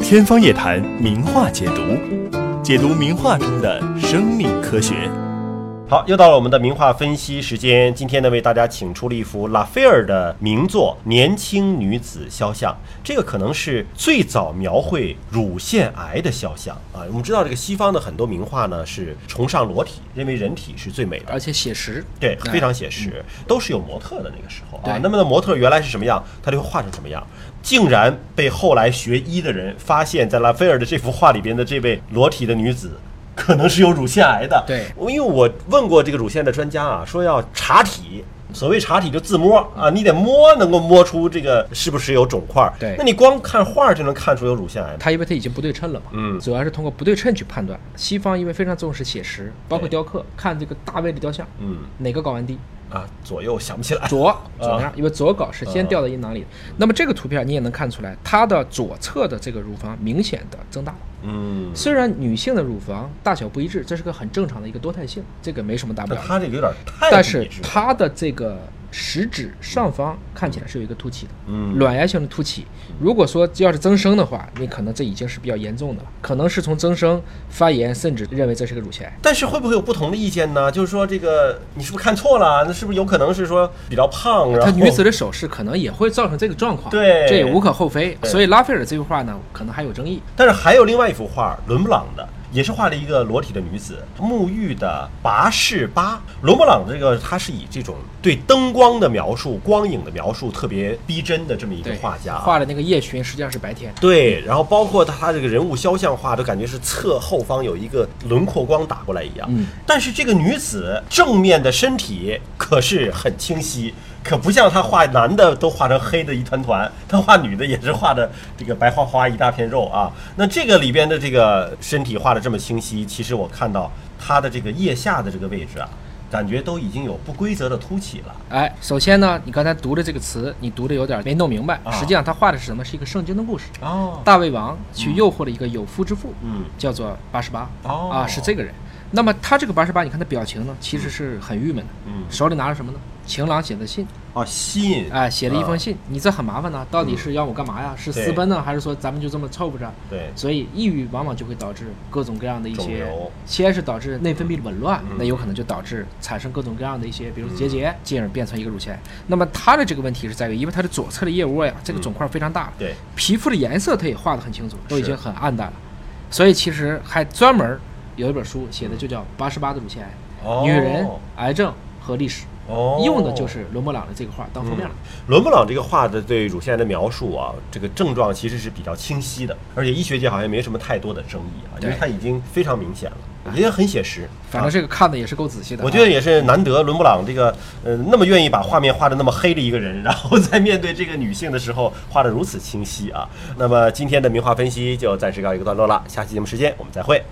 天方夜谭，名画解读，解读名画中的生命科学。好，又到了我们的名画分析时间。今天呢，为大家请出了一幅拉斐尔的名作《年轻女子肖像》，这个可能是最早描绘乳腺癌的肖像啊。我们知道，这个西方的很多名画呢是崇尚裸体，认为人体是最美的，而且写实，对，哎非常写实，都是有模特的那个时候啊对。那么呢，模特原来是什么样，他就会画成什么样。竟然被后来学医的人发现，在拉斐尔的这幅画里边的这位裸体的女子，可能是有乳腺癌的。对因为我问过这个乳腺的专家啊，说要查体。所谓查体就自摸啊，你得摸能够摸出这个是不是有肿块儿。对那你光看画儿就能看出有乳腺癌吗？它因为它已经不对称了嘛，嗯主要是通过不对称去判断。西方因为非常重视写实，包括雕刻，看这个大卫的雕像，嗯哪个睾丸低，啊，啊左右想不起来。左左面，因为左睾是先掉到阴囊里的。那么这个图片你也能看出来，它的左侧的这个乳房明显的增大了。嗯，虽然女性的乳房大小不一致，这是个很正常的一个多态性，这个没什么大不那了的。他这个有点太但是理智了它的这个食指上方看起来是有一个凸起的，嗯卵芽形的凸起。如果说要是增生的话，你可能这已经是比较严重的了，可能是从增生、发炎，甚至认为这是个乳腺癌。但是会不会有不同的意见呢？就是说，这个你是不是看错了？那是不是有可能是说比较胖？然她后女子的手势可能也会造成这个状况，对这也无可厚非。对所以拉斐尔这幅画呢，可能还有争议。但是还有另外一幅画，伦勃朗的，也是画了一个裸体的女子沐浴的拔士巴。伦勃朗这个，他是以这种对灯光的描述、光影的描述特别逼真的这么一个对，画家啊。画的那个夜巡实际上是白天，对，然后包括他这个人物肖像画，都感觉是侧后方有一个轮廓光打过来一样。嗯但是这个女子正面的身体可是很清晰，可不像她画男的都画成黑的一团团，她画女的也是画的这个白花花一大片肉啊。那这个里边的这个身体画的这么清晰，其实我看到她的这个腋下的这个位置啊，感觉都已经有不规则的凸起了。哎，首先呢，你刚才读的这个词，你读的有点没弄明白。啊实际上，他画的是什么？是一个圣经的故事。哦，大胃王去诱惑了一个有夫之妇，嗯叫做八十八，哦啊，是这个人。那么他这个八十八，你看他表情呢，其实是很郁闷的，嗯手里拿着什么呢？情郎写的信，哦，吸引，哎，写了一封啊信，你这很麻烦呢，到底是要我干嘛呀？是私嗯对奔呢，还是说咱们就这么凑合着？对，所以抑郁往往就会导致各种各样的一肿些瘤，先是导致内分泌紊乱，嗯那有可能就导致产生各种各样的一些，比如结节，进而变成一个乳腺癌。那么它的这个问题是在于，因为它的左侧的腋窝呀，这个肿块非常大，嗯对，皮肤的颜色它也画得很清楚，都已是经很暗淡了，所以其实还专门有一本书写的就叫《八十八的乳腺癌：哦女人、癌症和历史》。哦，嗯用的就是伦勃朗的这个画当封面了。伦勃朗这个画的对乳腺癌的描述啊，这个症状其实是比较清晰的，而且医学界好像没什么太多的争议啊，因对哎为它已经非常明显了，我觉得很写实。啊反正这个看的也是够仔细的啊。我觉得也是难得，伦勃朗这个呃那么愿意把画面画的那么黑的一个人，然后在面对这个女性的时候画的如此清晰啊。那么今天的名画分析就暂时告一个段落了，下期节目时间我们再会。